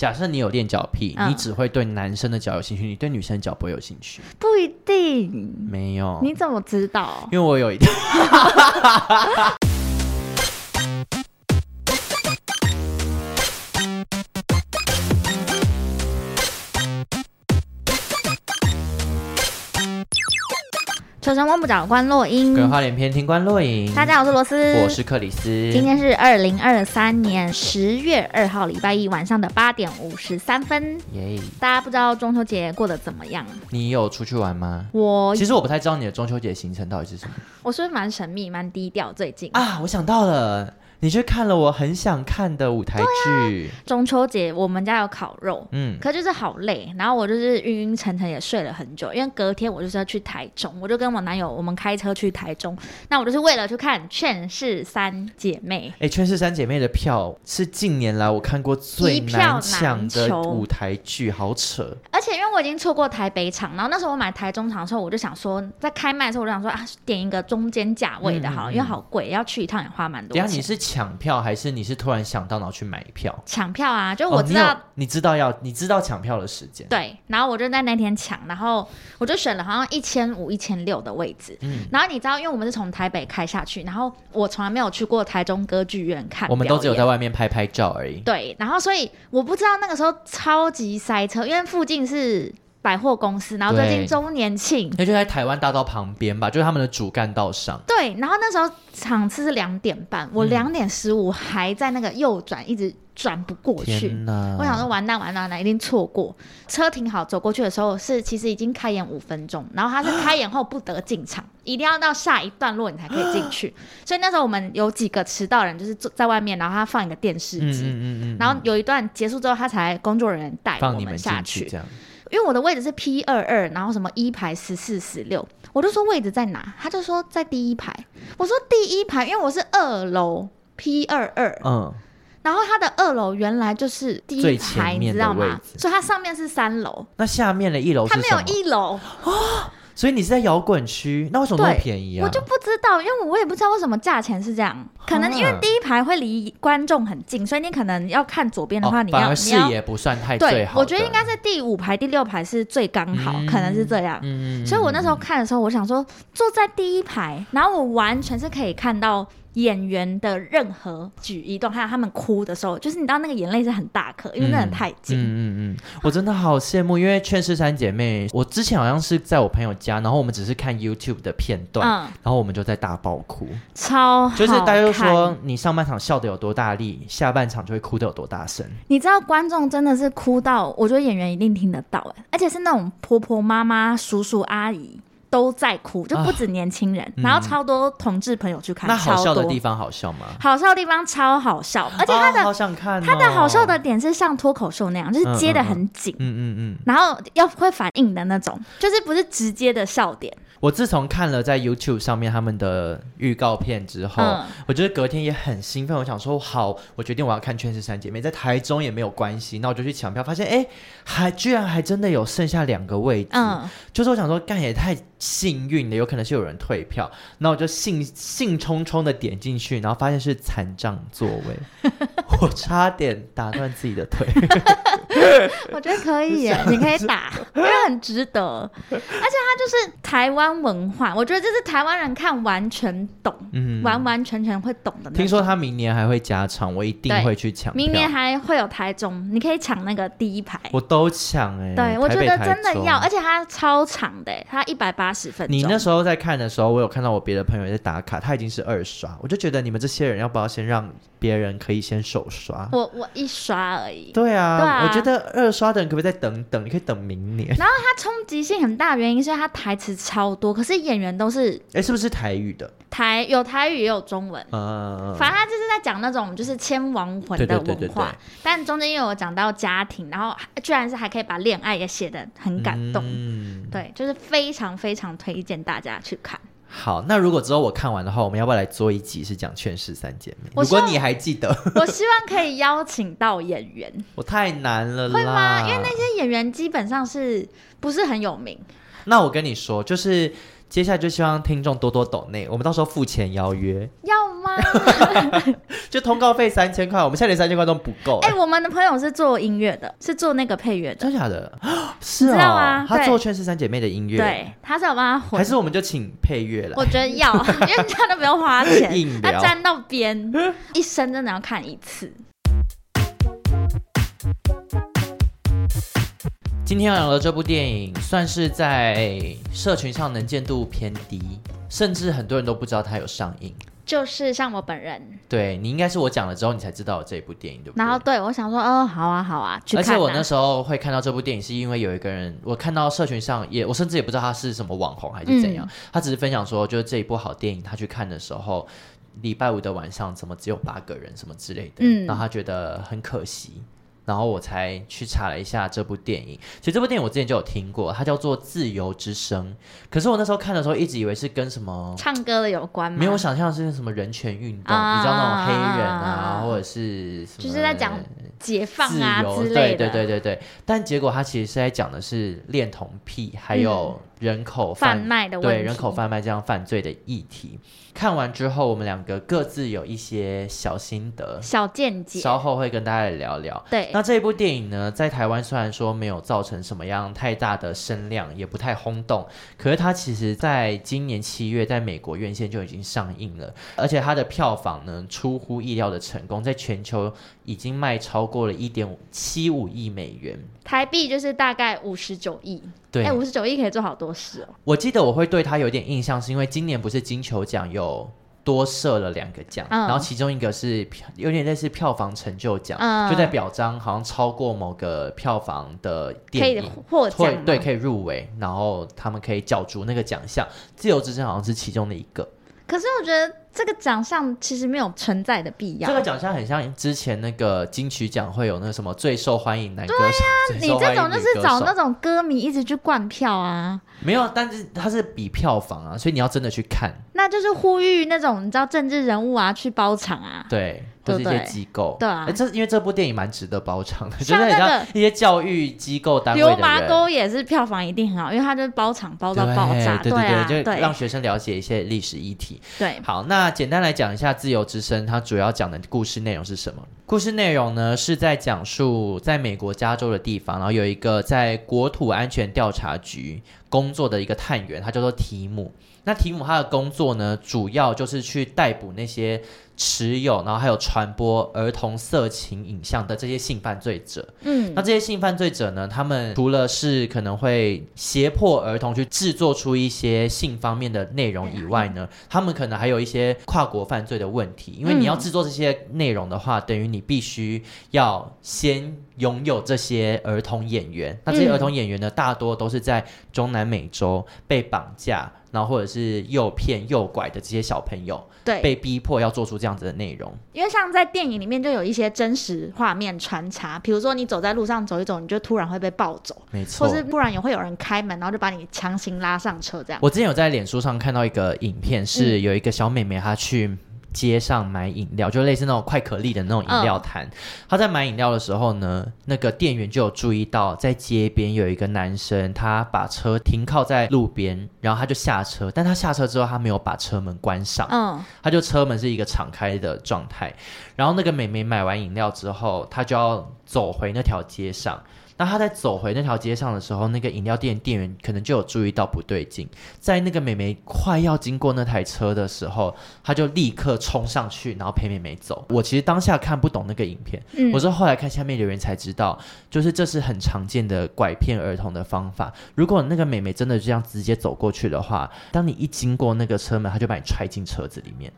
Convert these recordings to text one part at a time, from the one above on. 假设你有练脚癖，嗯你只会对男生的脚有兴趣，你对女生的脚不会有兴趣。不一定。没有，嗯你怎么知道？因为我有一天，求神问不着关洛英。鬼话连篇，听官落影。大家好，我是罗斯，我是克里斯。今天是二零二三年十月二号礼拜一晚上的八点五十三分。耶大家不知道中秋节过得怎么样？你有出去玩吗？我嗯其实我不太知道你的中秋节行程到底是什么我是不是蛮神秘、蛮低调。最近、啊！我想到了，你去看了我很想看的舞台剧。中秋节我们家有烤肉，嗯，可就是好累，然后我就是晕晕沉沉也睡了很久，因为隔天我就是要去台中，我就跟我男友我们开车去台中，那我就是为了去看《劝世三姐妹哎，《圈氏三姐妹》的票是近年来我看过最一票难抢难的求舞台剧，好扯。》，而且因为我已经错过台北场，然后那时候我买台中场的时候，我就想说在开卖的时候我就想说啊，点一个中间价位的好嗯嗯了，嗯因为好贵，要去一趟也花蛮多等一下你钱。是抢票还是你是突然想到然后去买票？抢票啊，就哦我知你道、有你知道要你知道抢票的时间，对，然后我就在那天抢，然后我就选了好像一千五、一千六的位置。嗯然后你知道，因为我们是从台北开下去，然后我从来没有去过台中歌剧院看，我们都只有在。外面拍拍照而已。对，然后所以我不知道那个时候超级塞车，因为附近是百货公司，然后最近对周年庆，那就在台湾大道旁边吧，就是他们的主干道上。对，然后那时候场次是两点半，嗯我两点十五还在那个右转，一直转不过去。天哪！我想说完蛋完蛋完蛋，一定错过。车停好走过去的时候是其实已经开演五分钟，然后他是开演后不得进 场，一定要到下一段落你才可以进去。所以那时候我们有几个迟到人就是坐在外面，然后他放一个电视嗯机。嗯嗯嗯，然后有一段结束之后，他才工作人员带我放你们下进去这样。因为我的位置是 P 二二，然后什么一排十四、十六，我就说位置在哪，他就说在第一排。我说第一排，因为我是二楼 P 二二，嗯，然后它的二楼原来就是第一最排，前你面知的道位吗？置所以它上面是三楼，那下面的一楼它是没什有么？一楼，所以你是在摇滚区，那为什么那么对便宜啊？我就不知道，因为我也不知道为什么价钱是这样。可能因为哈第一排会离观众很近，所以你可能要看左边的话，哦你反要而你视要野不算太最对，好的。我觉得应该是第五排、第六排是最刚好，可能是这样。嗯，嗯所以我那时候嗯看的时候，我想说坐在第一排，然后我完全是可以看到演员的任何举移动，还有他们哭的时候，就是你知道那个眼泪是很大颗，因为那很太嗯近。嗯嗯，我真的好羡慕，因为《劝世三姐妹》，我之前好像是在我朋友家，然后我们只是看 YouTube 的片段，嗯，然后我们就在大爆哭，超好就是大家就看说，你上半场笑的有多大力，下半场就会哭的有多大声。你知道观众真的是哭到，我觉得演员一定听得到哎，而且是那种婆婆妈妈、叔叔阿姨都在哭，就不止年轻人，然后超多同志朋友去看，啊嗯那好笑的地方，方好笑吗？好笑的地方超好笑，而且他哦的、好想看哦、他的好笑的点是像脱口秀那样，就是接的很紧。嗯嗯嗯，然后要会反应的那种，就是不是直接的笑点。我自从看了在 YouTube 上面他们的预告片之后，嗯我觉得隔天也很兴奋，我想说好，我决定我要看《劝世三姐妹》，在台中也没有关系，那我就去抢票，发现哎，还居然还真的有剩下两个位置，嗯，就是我想说干也太幸运了，有可能是有人退票，那我就兴兴冲冲的点进去，然后发现是残障座位， 我差点打断自己的 腿。我觉得可以耶，你可以 打，因为很值得。而且它就是台湾文化，我觉得这是台湾人看完全懂，嗯，完完全全会懂的那种。听说他明年还会加场，我一定对会去抢票。明年还会有台中，你可以抢那个第一排。我都抢哎、对，我台觉北得台真的中要，而且它超长的耶，它一百八十分钟。你那时候在看的时候，我有看到我别的朋友也在打卡，他已经是二刷，我就觉得你们这些人要不要先让别人可以先首刷？我我一刷而已。对啊，对啊我觉得二刷的人可不可以再等等？你可以等明年。它冲击性很大，原因是它台词超多，可是演员都是哎，是不是台语的？台有台语也有中文。嗯，反正他就是在讲那种就是千亡魂对的对文化，对对对但中间又有讲到家庭，然后居然是还可以把恋爱也写得很感动，嗯，对，就是非常非常推荐大家去看。 好，那如果之后我看完的话，我们要不要来做一集是讲《劝世三姐妹》？我如希望果你还记得， 我希望可以邀请到演员，我太难了啦。会吗？因为那些演员基本上是不是很有名？那我跟 你说，就是接下来就希望听众多多抖内，我们到时候付钱邀约。 要吗？就通告费三千块，我们现在连三千块都不够、哎、我们的朋友是做音乐的，是做那个配乐的，真假的？ 是你哦知道吗，他对做《劝世三姐妹》的音乐，，对，他是有帮他还混。是我们就请配乐来我觉得 要，因为他都不用花钱，硬他聊。站到边，一生真的要看一次。今天要聊的这部电影，算是在社群上能见度偏低，甚至很多人都不知道它有上映。就是像我本人，对你应该是我讲了之后，你才知道有这部电影，对不对？然后对我想说，哦，好啊，好啊，去而看、啊。且我那时候会看到这部电影，是因为有一个人，我看到社群上也，我甚至也不知道他是什么网红还是怎嗯样，他只是分享说，就是这一部好电影，他去看的时候，礼拜五的晚上怎么只有八个人什么之类的，嗯然后他觉得很可惜。然后我才去查了一下这部电影，其实这部电影我之前就有听过，它叫做《自由之声》。可是我那时候看的时候，一直以为是跟什么唱歌的有关吗？没有想象是什么人权运动，啊你知道那种黑人啊，啊或者是什么就是在讲解放自啊由，之类对对的。对对对。但结果他其实是在讲的是恋童癖，还有人口贩、嗯贩卖的问题。对人口贩卖这样犯罪的议题。看完之后，我们两个各自有一些小心得，小见解。稍后会跟大家来聊聊。对，那这一部电影呢，在台湾虽然说没有造成什么样太大的声量，也不太轰动，可是它其实在今年七月在美国院线就已经上映了，而且它的票房呢出乎意料的成功，在全球已经卖超过了一点七五亿美元。台币就是大概五十九亿，对，哎，五十九亿可以做好多事哦。我记得我会对他有点印象，是因为今年不是金球奖有多设了两个奖，嗯然后其中一个是票有点类似票房成就奖，嗯就在表彰好像超过某个票房的可电以影。获奖会吗对，可以入围，然后他们可以角逐那个奖项，自由之声好像是其中的一个。可是我觉得这个奖项其实没有存在的必要。这个奖项很像之前那个金曲奖会有那个什么最受欢迎男歌手，最你受这欢迎种女就是歌找手那种歌迷一直去灌票啊，没有，但是它是比票房啊，所以你要真的去看，那就是呼吁那种你知道政治人物啊去包场啊。对，或是一对不些对机构，对啊诶这因为这部电影蛮值得包场的，就是像很那个像一些教育机构单位的流人，麻沟也是票房一定很好，因为它就是包场包到爆炸，对啊，对，就让对学生了解一些历史议题。对，好，那简单来讲一下《自由之声》，它主要讲的故事内容是什么？故事内容呢是在讲述在美国加州的地方，然后有一个在国土安全调查局工作的一个探员，他叫做提姆。那提姆他的工作呢，主要就是去逮捕那些持有，然后还有传播儿童色情影像的这些性犯罪者。嗯那这些性犯罪者呢，他们除了是可能会胁迫儿童去制作出一些性方面的内容以外呢，他们可能还有一些跨国犯罪的问题，因为你要嗯制作这些内容的话，等于你必须要先拥有这些儿童演员。那这些嗯儿童演员呢，大多都是在中南美洲被绑架。然后或者是诱骗、诱拐的这些小朋友对，被逼迫要做出这样子的内容，因为像在电影里面就有一些真实画面穿插，比如说你走在路上走一走，你就突然会被抱走，没错。或是不然也会有人开门，然后就把你强行拉上车这样。嗯我之前有在脸书上看到一个影片，是有一个小妹妹她去。街上买饮料，就类似那种快可丽的那种饮料摊。嗯她在买饮料的时候呢，那个店员就有注意到，在街边有一个男生，他把车停靠在路边，然后他就下车，但他下车之后，他没有把车门关上。嗯，他就车门是一个敞开的状态。然后那个美眉买完饮料之后，她就要走回那条街上。那她在走回那条街上的时候，那个饮料店店员可能就有注意到不对劲，在那个美眉快要经过那台车的时候，他就立刻冲上去，然后陪美眉走。我其实当下看不懂那个影片，嗯我是后来看下面留言才知道，就是这是很常见的拐骗儿童的方法。如果那个美眉真的这样直接走过去的话，当你一经过那个车门，她就把你踹进车子里 面，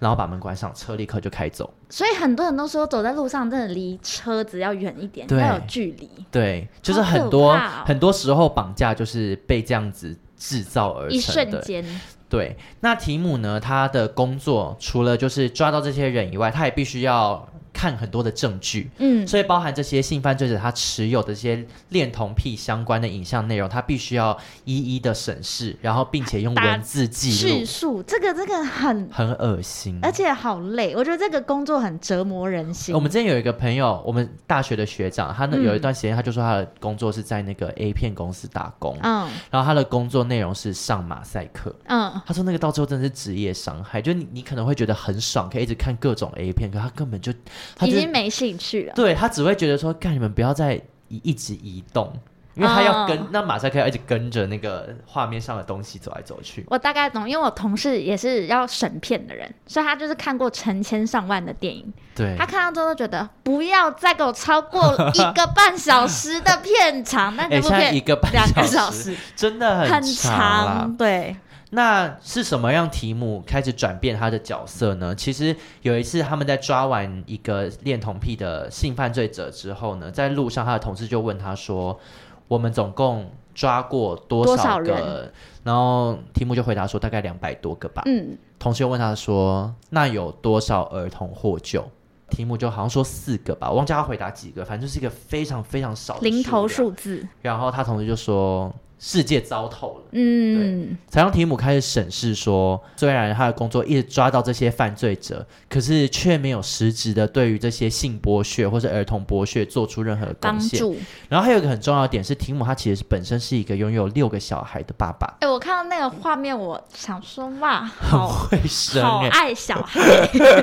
然后把门关上，车立刻就开走。所以很多人都说走在路上真的离车子要远一点，对要有距离。对，就是好可很多、怕哦很多时候绑架就是被这样子制造而一成瞬的。间，对，那提姆呢，他的工作除了就是抓到这些人以外，他也必须要。看很多的证据，嗯，所以包含这些性犯罪者他持有的这些恋童癖相关的影像内容，他必须要一一的审视，然后并且用打文字记叙录，述这个这个很，很恶心。而且好累，我觉得这个工作很折磨人心。嗯我们之前有一个朋友，我们大学的学长，他那嗯有一段时间，他就说他的工作是在那个 A 片公司打工，嗯然后他的工作内容是上马赛克。嗯，他说那个到最后真的是职业伤害，就你你可能会觉得很爽，可以一直看各种 A 片，可他根本就他已就经没兴趣了。对他只会觉得说，干你们不要再一一直移动，因为他要跟、那马赛克要一直跟着那个画面上的东西走来走去。我大概懂，因为我同事也是要审片的人，所以他就是看过成千上万的电影，对他，看到之后都觉得不要再给我超过一个半小时的片 长，那哎、这部现在片一个半两个小小时时真的很长啦。长，对，那是什么让提姆开始转变他的角色呢？其实有一次他们在抓完一个恋童癖的性犯罪者之后呢，在路上他的同事就问他说：“我们总共抓过多多少少个？”人然后提姆就回答说：“大概两百多个吧。嗯，同事又问他说：“那有多少儿童获救？”提姆就好像说四个吧，忘记他回答几个，反正就是一个非常非常少的零头数量。数字，然后他同事就说：“世界糟透了。”嗯，才让提姆开始审视说，虽然他的工作一直抓到这些犯罪者，可是却没有实质的对于这些性剥削或是儿童剥削做出任何贡帮献。助。然后还有一个很重要的点是，提姆他其实本身是一个拥有六个小孩的爸爸， 哎、我看到那个画面，我想说哇，好会生好欸爱 小孩。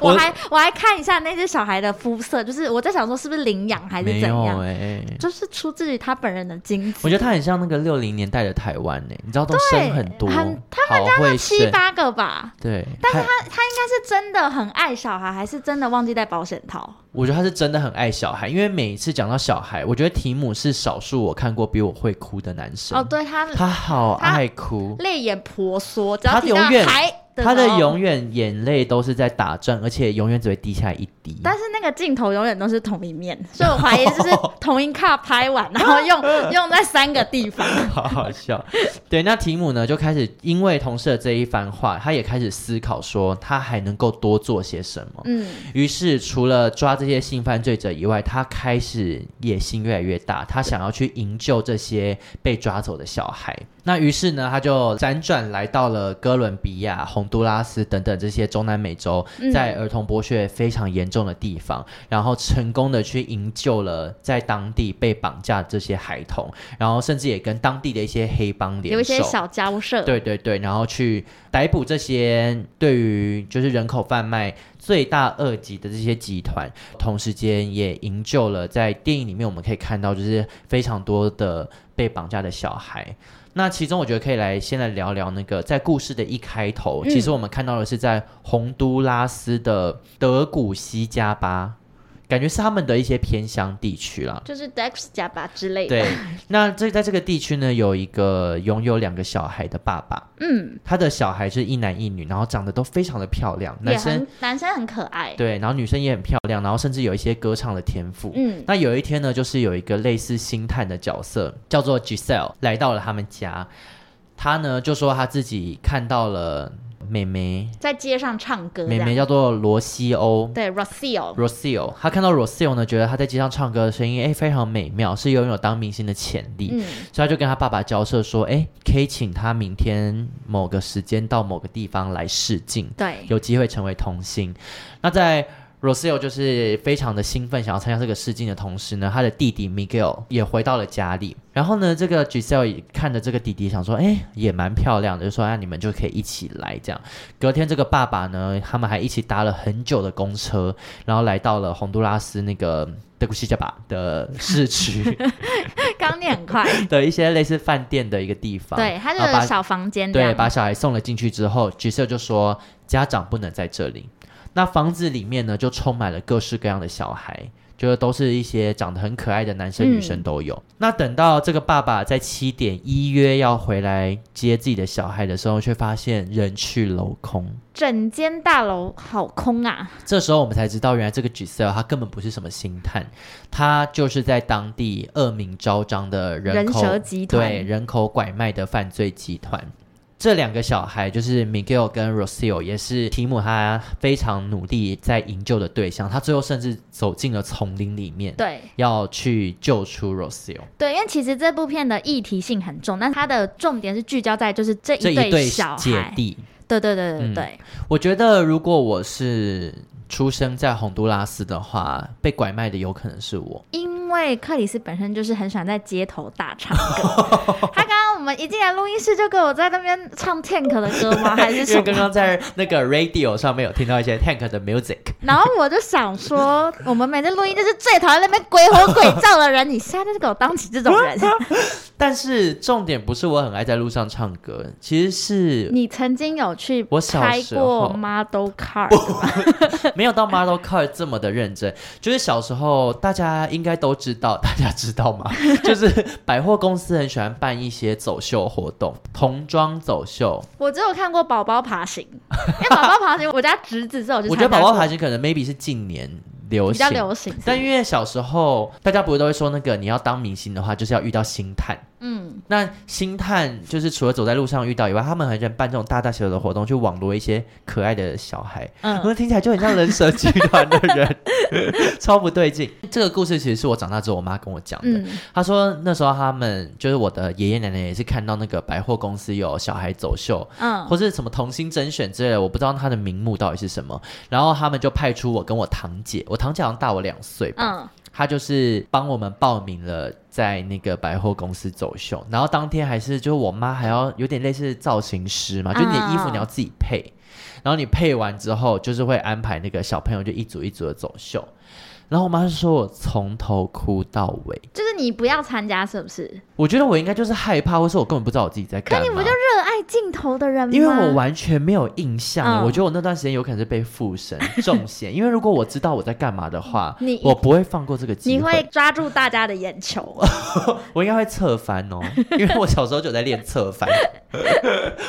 我还我还看一下那些小孩的肤色，就是我在想说是不是领养还是没怎有样，哎、就是出自于他本人的精子。我觉得他很像那个六零年代的台湾呢、你知道都生很多，很好会七生，八个吧，对，但是他但是真的很爱小孩，还是真的忘记带保险套？我觉得他是真的很爱小孩，因为每一次讲到小孩，我觉得提姆是少数我看过比我会哭的男生。哦，对他他好爱哭，泪眼婆娑，只要他提到永远孩时候，他的永远眼泪都是在打转，而且永远只会滴下一滴。但是那个镜头永远都是同一面，所以我怀疑就是同一卡拍完，然后用用在三个地方。 好好笑。对，那提姆呢就开始因为同事的这一番话，他也开始思考说他还能够多做些什么。嗯，于是，除了抓这些性犯罪者以外，他开始野心越来越大，他想要去营救这些被抓走的小孩。那于是呢，他就辗转来到了哥伦比亚、洪都拉斯等等这些中南美洲嗯在儿童剥削非常严重的地方，然后成功的去营救了在当地被绑架的这些孩童，然后甚至也跟当地的一些黑帮联手，有一些小交涉，对对对，然后去逮捕这些对于就是人口贩卖罪大恶极的这些集团，同时间也营救了在电影里面我们可以看到就是非常多的被绑架的小孩。那其中我觉得可以来先来聊聊那个在故事的一开头，嗯其实我们看到的是在洪都拉斯的德古西加巴，感觉是他们的一些偏乡地区啦。就是 Dex 加巴之类的。对，那这在这个地区呢，有一个拥有两个小孩的爸爸，嗯，他的小孩是一男一女，然后长得都非常的漂亮，也男生很男生很可爱。对，然后女生也很漂亮，然后甚至有一些歌唱的天赋。嗯，那有一天呢，就是有一个类似星探的角色，叫做 Giselle，来到了他们家。他呢就说他自己看到了妹妹，在街上唱歌这妹样。妹叫做罗西欧，对 r o s i o Rosio，他看到 Rosio 呢，觉得他在街上唱歌的声音，哎，非常美妙，是拥有当明星的潜力，嗯所以他就跟他爸爸交涉说，哎，可以请他明天某个时间到某个地方来试镜，对， 有机会成为童星。那在 Rosio 就是非常的兴奋，想要参加这个试镜的同时呢，他的弟弟 Miguel 也回到了家里。然后呢，这个 Giselle 也看着这个弟弟，想说，哎，也蛮漂亮的，就说啊，你们就可以一起来这样。隔天，这个爸爸呢，他们还一起搭了很久的公车，然后来到了洪都拉斯那个德古西加巴的市区刚念很快。的一些类似饭店的一个地方。对，他就然后把有小房间这对，样。把小孩送了进去之后，橘色就说家长不能在这里。那房子里面呢，就充满了各式各样的小孩，就是都是一些长得很可爱的男生、嗯女生都有。那等到这个爸爸在七点依约要回来接自己的小孩的时候，却发现人去楼空。整间大楼好空啊！这时候我们才知道，原来这个 Giselle 她根本不是什么星探，她就是在当地恶名昭彰的人口人蛇集团对人口拐卖的犯罪集团。这两个小孩就是 Miguel 跟 Rocio，也是提姆他非常努力在营救的对象。他最后甚至走进了丛林里面，对要去救出 Rocio。对，因为其实这部片的议题性很重，但它的重点是聚焦在就是这这一一对小姐孩。弟，对对对对嗯对，我觉得如果我是出生在洪都拉斯的话，被拐卖的有可能是我。因为克里斯本身就是很喜欢在街头大唱歌。他刚刚我们一进来录音室就给我在那边唱 Tank 的歌吗？还是因什为么？刚刚在那个 radio 上面有听到一些 Tank 的 music，然后我就想说，我们每次录音就是最讨厌那边鬼吼鬼叫的人，你现在就是给我当起这种 人。但是重点不是我很爱在路上唱歌，其实是你曾经有去我小开时过候 model car 对吧没有到 model car 这么的认真。就是小时候大家应该都知道，大家知道 吗？就是百货公司很喜欢办一些走秀活动，童装走秀。 我只有看过宝宝爬行，因为宝宝 爬行，我家侄子之后就我觉得宝参加宝过爬行可能 maybe 是近年流比较行。流行，但因为小时候，大家不是都会说那个你要当明星的话，就是要遇到星探。嗯，那星探就是除了走在路上遇到以外，他们很喜欢办这种大大小小的活动，去网罗一些可爱的小孩。嗯我听起来就很像人蛇集团的人， 超不对劲。这个故事其实是我长大之后我妈跟我讲的。嗯她说那时候他们就是我的爷爷奶奶也是看到那个百货公司有小孩走秀，嗯，或是什么童星甄选之类的，我不知道他的名目到底是什么。然后他们就派出我跟我堂姐，我堂姐好像大我两岁吧，嗯，她就是帮我们报名了在那个百货公司走秀，然后当天还是就是我妈还要有点类似造型师嘛，就是你的衣服嗯你要自己配，然后你配完之后就是会安排那个小朋友就一组一组的走秀。然后我妈就说我从头哭到尾，就是你不要参加，是不是？我觉得我应该就是害怕，或是我根本不知道我自己在可干嘛。你不就热爱镜头的人吗？因为我完全没有印象，嗯我觉得我那段时间有可能是被附身 中邪。因为如果我知道我在干嘛的话你，我不会放过这个机你会，会抓住大家的眼 球，我应该会侧翻哦。因为我小时候就有在练侧翻，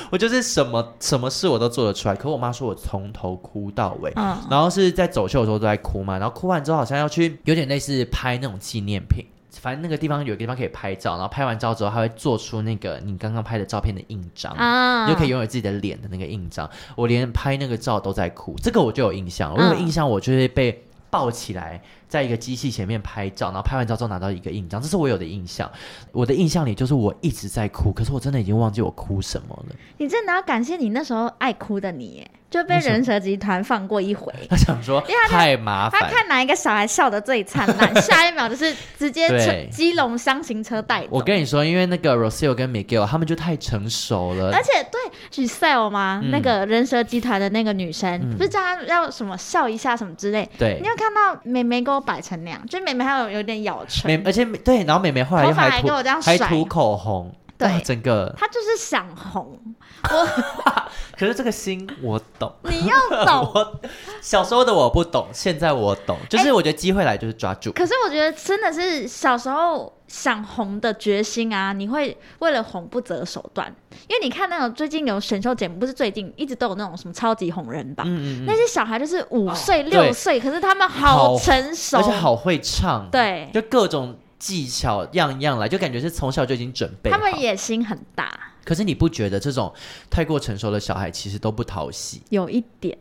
我就是什么什么事我都做得出来。可我妈说我从头哭到尾，嗯，然后是在走秀的时候都在哭嘛，然后哭完之后好像要去有点类似拍那种纪念品。反正那个地方有个地方可以拍照，然后拍完照之后，他会做出那个你刚刚拍的照片的印章啊嗯你就可以拥有自己的脸的那个印章。我连拍那个照都在哭，这个我就有印象。我有嗯印象，我就是被抱起来，在一个机器前面拍照，然后拍完照之后拿到一个印章，这是我有的印象。我的印象里就是我一直在哭，可是我真的已经忘记我哭什么了。 你真的要感谢你那时候爱哭的你耶，就被为什么人蛇集团放过一回。 他想说因为他太麻他烦，看哪一个小孩笑得最灿 烂，下一秒就是直接对车基隆箱型车带走。我跟你说，因为那个 Rocio 跟 Miguel 他们就太成熟了而，且对 Giselle 吗？嗯那个人蛇集团的那个女生，嗯不是叫她要什么笑一下什么之类，对你，有看到妹妹给我摆成那样，就妹妹还有有点咬唇，美而且对，然后美美后来又头发还涂给我这样还甩涂口红，对哇整个。她就是想 红，可是这个心我懂。你要懂。我小时候的我不懂，现在我懂，就是我觉得机会来就是抓住。哎可是我觉得真的是小时候想红的决心啊，你会为了红不择手段，因为你看那种最近有选秀节目，不是最近一直都有那种什么超级红人榜，嗯嗯嗯，那些小孩就是五岁、对六岁，可是他们好好成熟，而且好会唱，，对，就各种技巧样样来，就感觉是从小就已经准备好。他们野心很大，可是你不觉得这种太过成熟的小孩其实都不讨喜？有一点，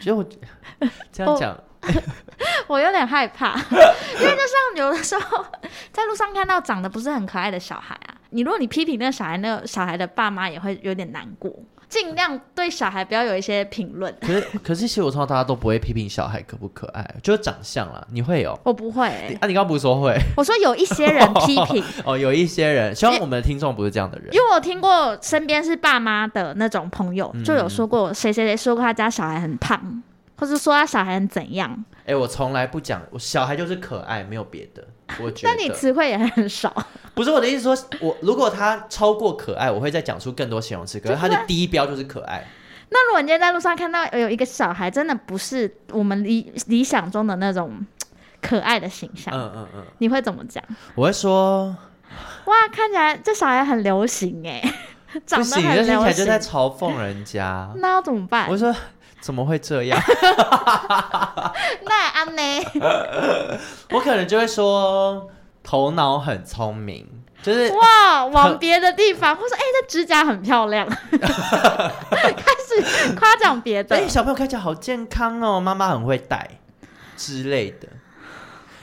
所以我 这哦样讲， 我有点害 怕，因为就像有的时候在路上看到长得不是很可爱的小孩啊，你如果你批评那个小孩，那个小孩的爸妈也会有点难过。尽量对小孩不要有一些评论，可是可是其实我从小到大都不会批评小孩可不可爱，就是长相啦，你会有。我不会、欸啊，你刚刚不是说会 我说有一些人批评， 哦？有一些人，希望我们的听众不是这样的人因。为我听过身边是爸妈的那种朋友，就有说过谁谁谁说过他家小孩很胖，或是说他小孩很怎样，哎、我从来不讲，我小孩就是可爱，没有别的。我觉那得你词汇也很少，不是我的意思说，我如果他超过可爱，我会再讲出更多形容词。可是他的第一标就是可爱，那如果你今天在路上看到有一个小孩，真的不是我们理理想中的那种可爱的形象，嗯嗯嗯，你会怎么讲？我会说哇，看起来这小孩很流行哎、 长不得行，这很听起流来就在行，嘲讽人家。那要怎么办我？说怎么会这样？ 那安呢？我可能就会说，头脑很聪明，就是哇，往别的地方，或说哎、这指甲很漂 亮，开始夸奖别的哎、。小朋友看起来好健康哦，妈妈很会带之类的。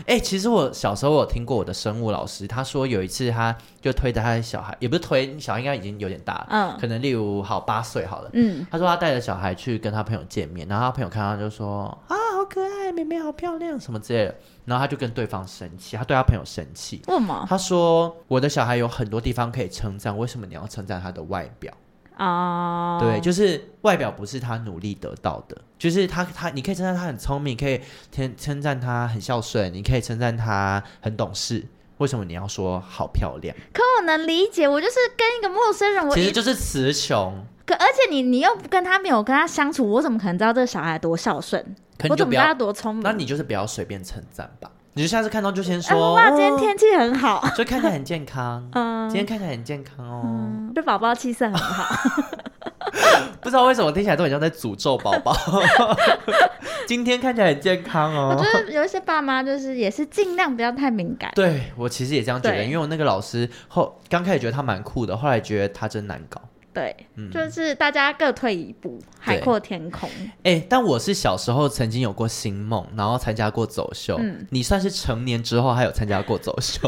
哎、其实我小时候我有听过我的生物老师，他说有一次他就推着他的小孩，也不是推小孩，应该已经有点大了，嗯可能例如好八岁好了。嗯，他说他带着小孩去跟他朋友见面，然后他朋友看到就说啊好可爱，妹妹好漂亮什么之类的，然后他就跟对方生气，他对他朋友生气，为什么他说我的小孩有很多地方可以称赞，为什么你要称赞他的外表？啊？对，就是外表不是他努力得到的，就是他他你可以称赞他很聪明，可以称称赞他很孝顺，你可以称赞他很懂事。为什么你要说好漂亮？可我能理解，我就是跟一个陌生人，我其一实就是词穷，可而且你你又不跟他没有跟他相处，我怎么可能知道这个小孩多孝顺？可你我就怎不么知道他要，多聪明？那你就是不要随便称赞吧。你就下次看到就先哎说，妈妈今天哦天气 很好，，就看起来很健康 嗯今天看起来很健康哦。嗯，对宝宝气色很好。不知道为什么听起来都很像在诅咒宝 宝。今天看起来很健康我哦觉。得有一些爸妈就是也是尽量不要太敏感。对我其实也这样觉得，对因为我那个老师后刚开始觉得他蛮酷的，后来觉得他真难搞。对，嗯就是大家各退一步，海对阔天空。哎、但我是小时候曾经有过星梦，然后参加过走秀。嗯你算是成年之后还有参加过走 秀？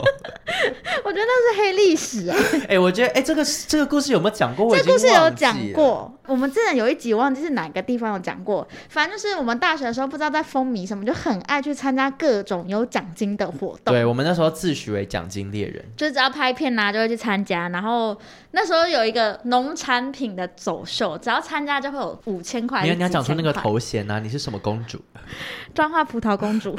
我觉得那是黑历史啊。哎、我觉得哎、这个这个故事有没有讲过？我已这经故事有忘记讲了。过，我们之前有一集忘记是哪个地方有讲过，反正就是我们大学的时候不知道在风靡什么，就很爱去参加各种有奖金的活动。对我们那时候自诩为奖金猎人，就是只要拍片啦、就会去参加。然后那时候有一个农产品的走秀，只要参加就会有五千块。你要你要讲出那个4000块头衔啊，你是什么公主？妆化葡萄公主。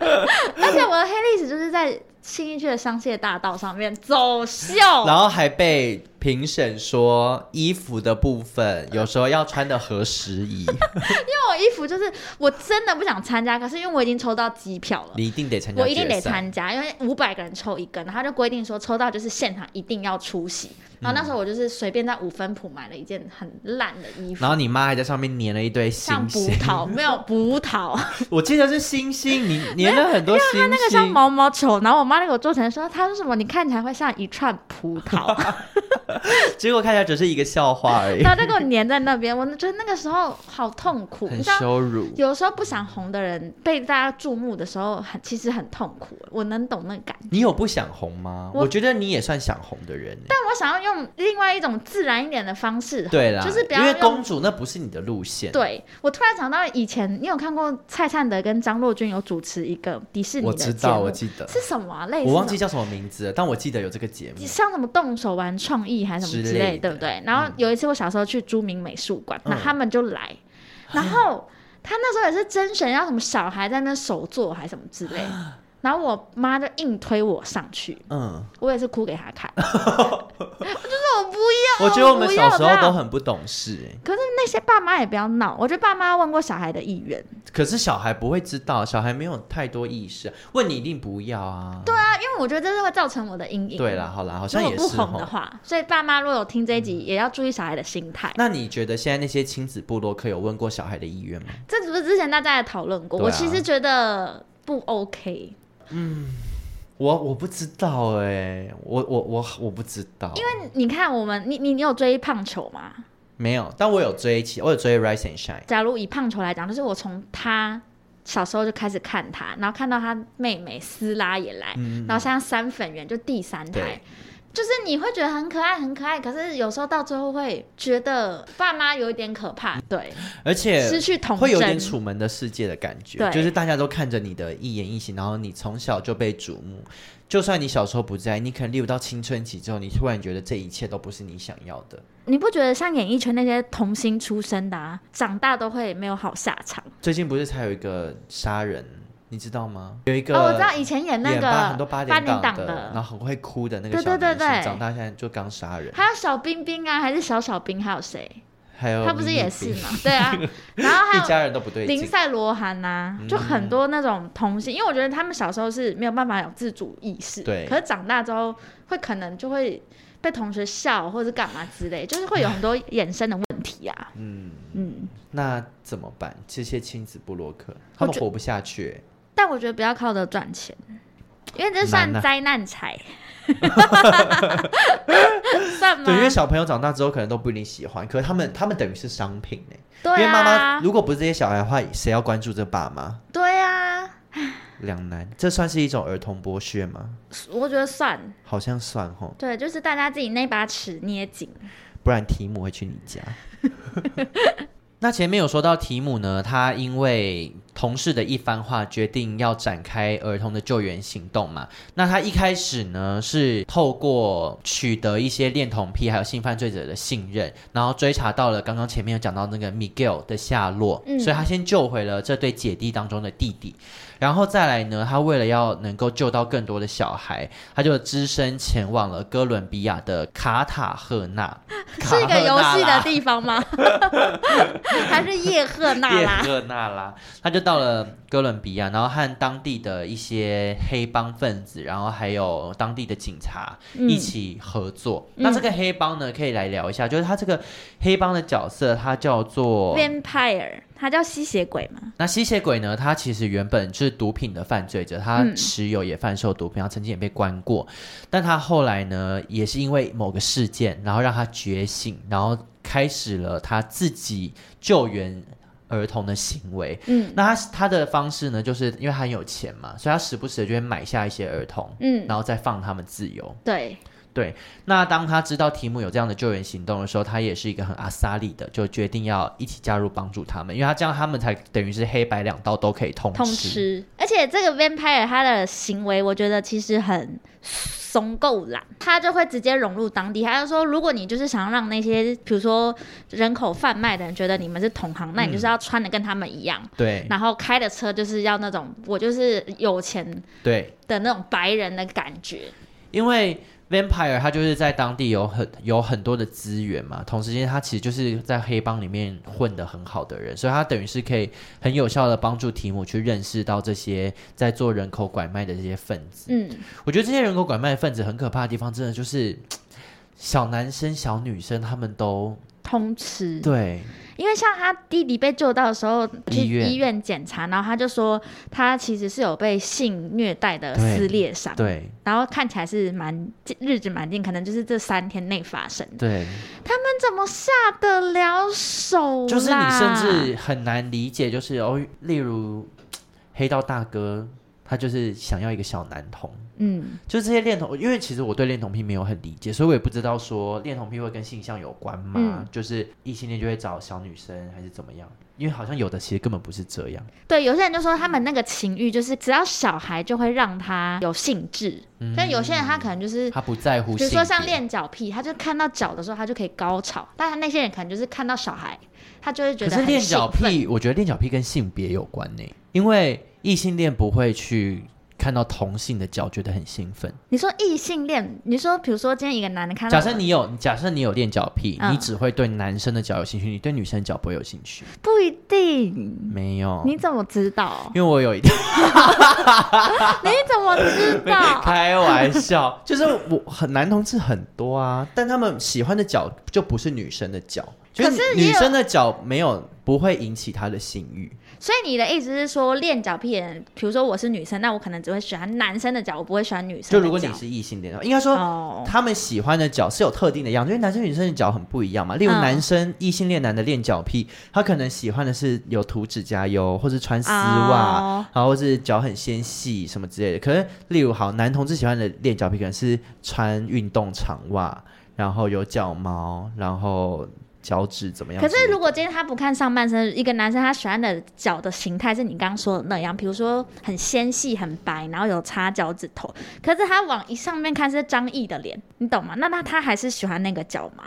而且我的黑历史就是在新一区的商业大道上面走秀，然后还被评审说衣服的部分有时候要穿的合时 宜，因为我衣服就是我真的不想参加，可是因为我已经抽到机票了。你一定得参加。我一定得。参加，因为五百个人抽一根，然后就规定说抽到就是现场一定要出席。然后那时候我就是随便在五分铺买了一件很烂的衣服然，后你妈还在上面粘了一堆像星葡星， 萄，没有葡萄，我记得是星星，你粘了很多星星。那个 像毛毛球。然后我妈那个我做成说，她说什么你看起来会像一串葡萄，结果看起来只是一个笑话而已，她就给我粘在那边。我觉得那个时候好痛苦，你很知道。羞辱。有时候不想红的人被大家注目的时候很，其实很痛苦。我能懂那个感觉。你有不想红吗？我我觉得你也算想红的人欸。但我想要用另外一种自然一点的方式，对啦，就是不因要为用公主那不是你的路线。，对我突然想到以前，你有看过蔡灿德跟张若昀有主持一个迪士尼我的知节道，目我，记得，是啊什么啊、类似我忘记什叫什么名字了，但我记得有这个节目么。像什么动手玩创意还是什么之之类类，对不的嗯对？然后有一次我小时候去朱明美术馆，那、他们就来，啊然后他那时候也是甄选要什么小孩在那手作还是什么之类，啊然后我妈就硬推我上去，嗯，我也是哭给她 看，我就是我不要，我觉得我们不小要时这候样都很不懂事哎。可是那些爸妈也不要闹，我觉得爸妈问过小孩的意愿。可是小孩不会知道，小孩没有太多意识，啊问你一定不要啊。对啊，因为我觉得这是会造成我的阴影。对啦，，好啦，好如像果也不是嗯红的哈。话，所以爸妈如果有听这一集，也要注意小孩的心态。那你觉得现在那些亲子部落客有问过小孩的意愿吗？这只是之前大家也讨论过，对啊我其实觉得不 OK，我我不知道哎、我我我我不知道，因为但你看我们，你你你有追胖球吗？没有，但我有追起，我有追 Rise and Shine。假如以胖球来讲，就是我从他。小时候就开始看他，然后看到他妹妹斯拉也来，然后现在三粉圆就第三胎嗯对，就是你会觉得很可爱很可爱，可是有时候到最后会觉得爸妈有一点可怕，对，而且失去嗯童会有点真楚门的世界的感觉，对就是大家都看着你的一言一行，然后你从小就被瞩目。就算你小时候不在，你可能例如到青春期之后，你突然觉得这一切都不是你想要的。你不觉得像演艺圈那些童星出身的、啊，长大都会没有好下场？最近不是才有一个杀人，你知道吗？有一个哦，我知道以前演那演八很个多八八点点档的，然的，后很会哭的那个对小对男对生，对长大现在就刚杀人，还有小冰冰啊，还是小小冰，还有谁？还有他不是李也敏是斌吗？对 啊，然后还一有家人都不对林劲。赛罗韩呐，嗯就很多那种童星，因为我觉得他们小时候是没有办法有自主意识，对可是长大之后会可能就会被同学笑或者是干嘛之类，就是会有很多衍生的问题啊。嗯嗯，那怎么办？这些亲子部落客他们觉活不下去欸、但我觉得不要靠着赚钱，因为这算难啊灾 难财， 算吗对，？因为小朋友长大之后可能都不一定喜欢，可是他们他们等于是商品呢、因嗯为对妈妈啊，如果不是这些小孩的话，谁要关注这爸妈？对啊，两难，这算是一种儿童剥削吗？我觉得算好像算吼，对，就是大家自己那把尺捏紧。不然提姆会去你家。那前面有说到提姆呢，他因为同事的一番话，决定要展开儿童的救援行动嘛。那他一开始呢，是透过取得一些恋童癖还有性犯罪者的信任，然后追查到了刚刚前面有讲到那个 Miguel 的下落，嗯所以他先救回了这对姐弟当中的弟弟。然后再来呢，他为了要能够救到更多的小孩，他就只身前往了哥伦比亚的卡塔赫 纳，是一卡个赫游纳戏啦的地方吗？ 还是叶赫那叶拉？赫那拉，他就到了哥伦比亚，然后和当地的一些黑帮分子，然后还有当地的警察嗯一起合作。嗯那这个黑帮呢，可以来聊一下，就是他这个黑帮的角色，他叫做 Vampire，他叫吸血鬼嘛？那吸血鬼呢？他其实原本是毒品的犯罪者，他嗯持有也贩售毒品，他曾经也被关过，但他后来呢，也是因为某个事件，然后让他觉醒，然后开始了他自己救援儿童的行为。嗯那他他的方式呢，就是因为他很有钱嘛，所以他时不时的就会买下一些儿童，嗯，然后再放他们自由。对，对，那当他知道提姆有这样的救援行动的时候，他也是一个很阿萨利的，就决定要一起加入帮助他们，因为他这样他们才等于是黑白两道都可以通吃。通吃。而且这个 Vampire 他的行为，我觉得其实很。松够懒，他就会直接融入当地。他就说，如果你就是想要让那些，比如说人口贩卖的人觉得你们是同行，那你就是要穿的跟他们一样，嗯对然后开的车就是要那种我就是有钱对，的那种白人的感觉。因为 vampire 它就是在当地有很有很多的资源嘛，同时间他其实就是在黑帮里面混得很好的人，所以他等于是可以很有效的帮助提姆去认识到这些在做人口拐卖的这些分子。嗯，我觉得这些人口拐卖分子很可怕的地方，真的就是小男生、小女生他们都通吃。对因为像他弟弟被救到的时候，去医院医院检查，然后他就说他其实是有被性虐待的撕裂伤，对然后看起来是蛮日子蛮近，可能就是这三天内发生的。对，他们怎么下得了手啦？就是你甚至很难理解，就是哦，例如黑道大哥他就是想要一个小男童。嗯就是这些恋童，因为其实我对恋童癖没有很理解，所以我也不知道说恋童癖会跟性向有关吗？嗯就是异性恋就会找小女生还是怎么样？因为好像有的其实根本不是这样。对，有些人就说他们那个情欲就是只要小孩就会让他有兴致，嗯但有些人他可能就是他不在乎比性别，如说像恋脚癖，他就看到脚的时候，他就可以高潮。但他那些人可能就是看到小孩，他就会觉可得是很恋兴脚奋。癖，我觉得恋脚癖跟性别有关呢、因为异性恋不会去看到同性的脚觉得很兴奋。你说异性恋，你说比如说今天一个男的看到假我，设你有，假设你有恋脚癖，嗯你只会对男生的脚有兴趣，你对女生的脚不会有兴趣。不一定，没有，你怎么知道？因为我有一你怎么知道？开玩笑，就是我很男同志很多啊，但他们喜欢的脚就不是女生的脚，就可是也有女生的脚没有不会引起他的性欲，所以你的意思是说，恋脚癖的人，比如说我是女生，那我可能只会喜欢男生的脚，我不会喜欢女生的就脚。如果你是异性恋的话，应该说。哦，他们喜欢的脚是有特定的样子，因为男生女生的脚很不一样嘛。例如嗯男生异性恋男的恋脚癖，他可能喜欢的是有涂指甲油，或是穿丝袜，哦然后是脚很纤细什么之类的。可能例如好，男同志喜欢的练脚皮可能是穿运动长袜，然后有脚毛，然后脚趾怎么样之可类的？是如果今天他不看上半身，一个男生他喜欢的脚的形态是你刚刚说的那样，比如说很纤细、很白，然后有插脚趾头。可是他往一上面看是张译的脸，你懂吗？那那他还是喜欢那个脚吗？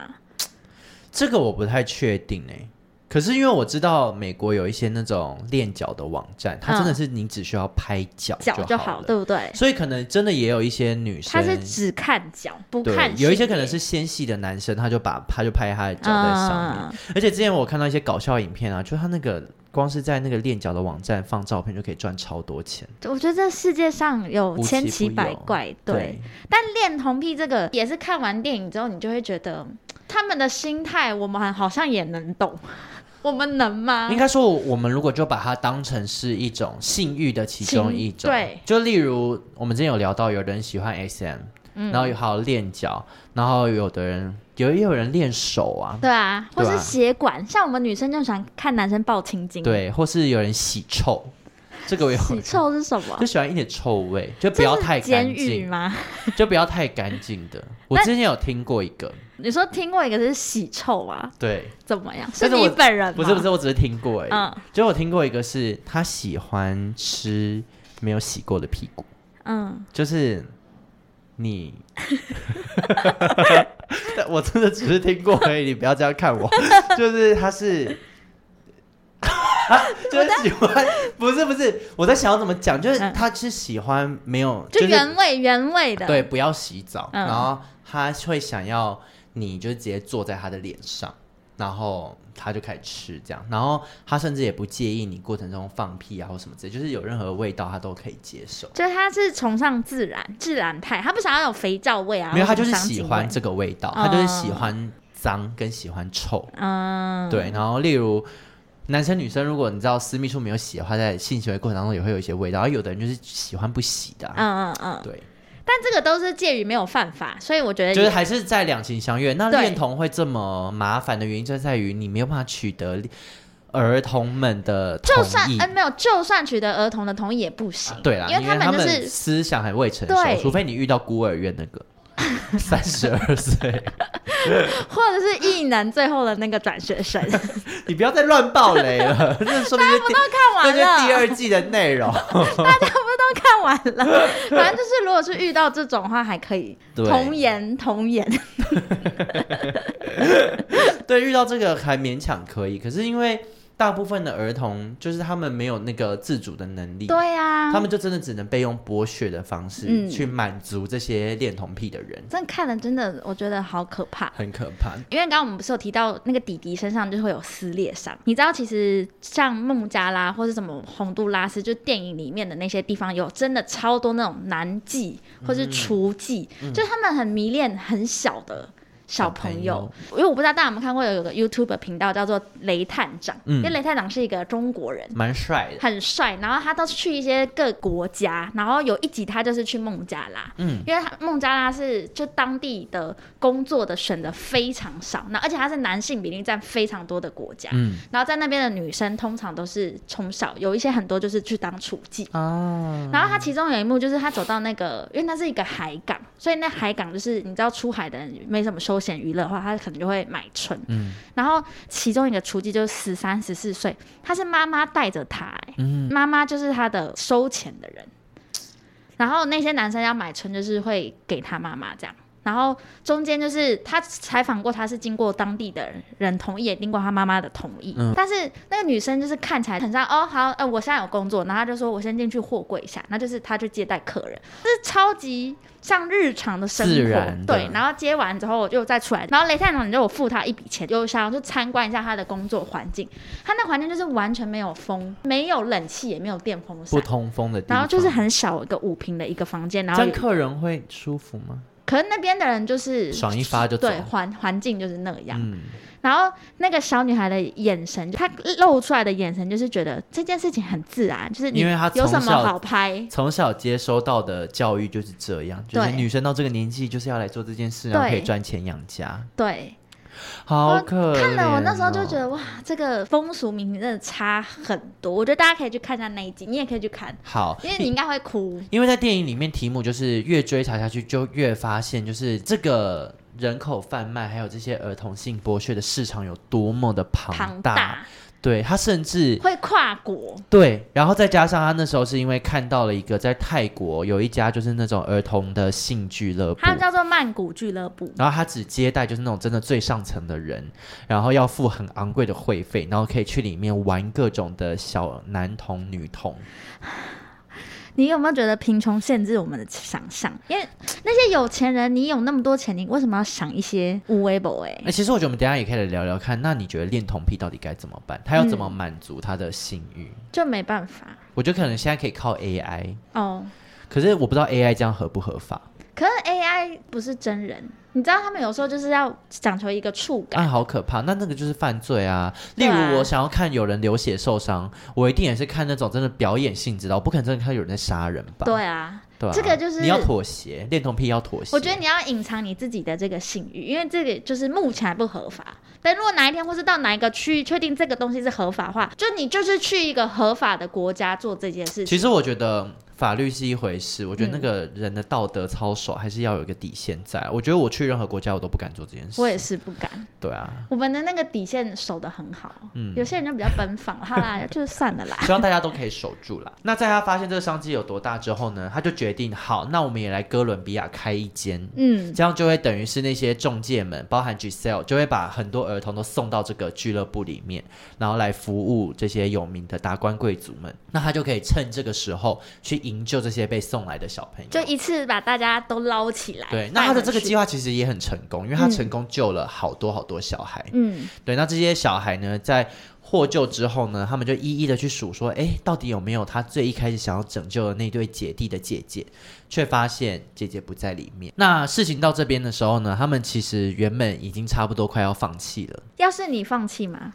这个我不太确定哎、可是因为我知道美国有一些那种练脚的网站，它真的嗯是你只需要拍脚脚就好好，了对不对？所以可能真的也有一些女生他是只看脚不对看，性别，有一些可能是纤细的男生，他就把他就拍他的脚在上面。嗯而且之前我有看到一些搞笑影片啊，就他那个光是在那个练脚的网站放照片就可以赚超多钱。嗯我觉得这世界上有无奇千不奇百有怪，对。但恋童癖这个也是看完电影之后，你就会觉得嗯他们的心态，我们好像也能懂。我们能吗应？该说，我们如果就把它当成是一种性欲的其中一种，情对，就例如我们之前有聊到，有人喜欢 SM，、然嗯后有好练脚，然后有的人有也有人练手啊，对啊，或对是啊血管，像我们女生就喜欢看男生抱青筋，，对，或是有人洗臭，这个我有，洗臭是什么 就？喜欢一点臭味，就不这要是太监干狱净，吗？ 就不要太干净的。我但之前有听过一个，你说听过一个是洗臭啊？对，怎么样？是但是我你本人吗？不是不是，，我只是听过而已。嗯就我听过一个是他喜欢吃没有洗过的屁股。嗯，就是你， 但我真的只是听过而已，你不要这样看我。就是他是， 就是喜欢，不是不是，我在想要怎么讲，就是嗯他是喜欢没有，就是原味原味的，对，不要洗澡，嗯然后他会想要你就直接坐在他的脸上，然后他就开始吃这样，然后他甚至也不介意你过程中放屁啊或什么之类，就是有任何味道他都可以接受。就是他是崇尚自然自然派，他不想要有肥皂味啊，没有，或他者就是什么喜香精欢味这个味道，嗯他就是喜欢脏跟喜欢臭。嗯，对，然后例如男生女生，如果你知道私密处没有洗的话，在性行为过程当中也会有一些味道，而有的人就是喜欢不洗的啊、嗯嗯嗯，对，但这个都是介于没有犯法，所以我觉得就是呃也还是在两情相悦。那对恋童会这么麻烦的原因，就在于你没有办法取得儿童们的同就算意。哎、没有，就算取得儿童的同意也不行，对啦，因为他们们 就是思想还未成对熟，除非你遇到孤儿院那个三十二岁， 或者是异男最后的那个转学生，看你不要再乱爆雷了， 这说明是第完这是第了，二季的内容。 看完 了，反正就是如果是遇到这种的话，还可以对童言童言，对，遇到这个还勉强可以，可是因为大部分的儿童就是他们没有那个自主的能力，对呀、他们就真的只能被用剥削的方式啊嗯去满足这些恋童癖的人，真的看了真的我觉得好可怕。很可怕。因为刚刚我们不是有提到那个弟弟身上就会有撕裂伤，你知道其实像孟加拉或是什么洪都拉斯，就电影里面的那些地方有真的超多那种男妓或嗯是厨妓，就他们很迷恋很小的。小朋友，因为我不知道大家有没有看过有个 YouTube 频道叫做雷探长，嗯因为雷探长是一个中国人，蛮帅的，很帅，然后他都去一些各国家，然后有一集他就是去孟加拉，嗯，因为他孟加拉是就当地的工作的选的非常少，那而且它是男性比例占非常多的国家，嗯然后在那边的女生通常都是从小有一些很多就是去当厨妓，啊，然后他其中有一幕就是他走到那个，因为那是一个海港，所以那海港就是你知道出海的人没什么休闲娱乐的话，他可能就会买春。嗯然后其中一个厨妓就是十三、十四岁，他是妈妈带着他、欸，嗯妈妈就是他的收钱的人。然后那些男生要买春，就是会给他妈妈这样。然后中间就是他采访过，他是经过当地的人同意，也经过他妈妈的同意。嗯但是那个女生就是看起来很像哦，好，呃，我现在有工作，然后他就说我先进去货柜一下，那就是他就接待客人，就是超级像日常的生自活，然的对。然后接完之后我就再出来，然后雷探长就有付他一笔钱，就想要去参观一下他的工作环境。他那环境就是完全没有风，没有冷气，也没有电风不扇，通风的地方，然后就是很小一个五平的一个房间，然这后样有客人会舒服吗？可能那边的人就是爽一发就走对环环境就是那样。嗯，然后那个小女孩的眼神，她露出来的眼神就是觉得这件事情很自然，就是你因为她有什从么小好拍，从小接收到的教育就是这样，就是对女生到这个年纪就是要来做这件事，然后可以对赚钱养家，对。好我可怜哦、看了我那时候就觉得哇，这个风俗民情真的差很多。我觉得大家可以去看一下那一集，你也可以去看，好，因为你应该会哭。因为在电影里面，题目就是越追查下去，就越发现，就是这个人口贩卖还有这些儿童性剥削的市场有多么的 庞庞大。大对他甚至会跨国，对，然后再加上他那时候是因为看到了一个在泰国有一家就是那种儿童的性俱乐部，它叫做曼谷俱乐部。然后他只接待就是那种真的最上层的人，然后要付很昂贵的会费，然后可以去里面玩各种的小男童、女童。你有没有觉得贫穷限制我们的想象？因为那些有钱人，你有那么多钱，你为什么要想一些无微不微哎、？其实我觉得我们等一下也可以来聊聊看，那你觉得恋童癖到底该怎么办？他要怎么满足他的性欲？就没办法我觉得可能现在可以靠 AI，哦。可是我不知道 AI 这样合不合法。可是 AI 不是真人，你知道他们有时候就是要讲求一个触感。哎，好可怕！那那个就是犯罪啊。例对如啊，我想要看有人流血受伤，我一定也是看那种真的表演性质的，我不可能真的看有人在杀人吧？对啊，对啊，这个就是你要妥协，恋童癖要妥协。我觉得你要隐藏你自己的这个性欲，因为这个就是目前还不合法。但如果哪一天或是到哪一个区域确定这个东西是合法化，就你就是去一个合法的国家做这件事情。其实我觉得法律是一回事，我觉嗯得那个人的道德操守还是要有一个底线在。我觉得我去任何国家，我都不敢做这件事。我也是不敢，对啊，我们的那个底线守得很好，嗯有些人就比较奔放，好啦，就是算了啦。 希望大家都可以守住啦。那在他发现这个商机有多大之后呢，他就决定好，那我们也来哥伦比亚开一间。嗯，这样就会等于是那些中介们，包含 Giselle，就会把很多儿童都送到这个俱乐部里面，然后来服务这些有名的达官贵族们。那他就可以趁这个时候去营救这些被送来的小朋友。就一次把大家都捞起来。对，那他的这个计划，划其实也很成功，因为他成功救了好多好多小孩。嗯，对，那这些小孩呢，在获救之后呢，他们就一一的去数说，哎，到底有没有他最一开始想要拯救的那对姐弟的姐姐？却发现姐姐不在里面。那事情到这边的时候呢，他们其实原本已经差不多快要放弃了。要是你放弃嘛，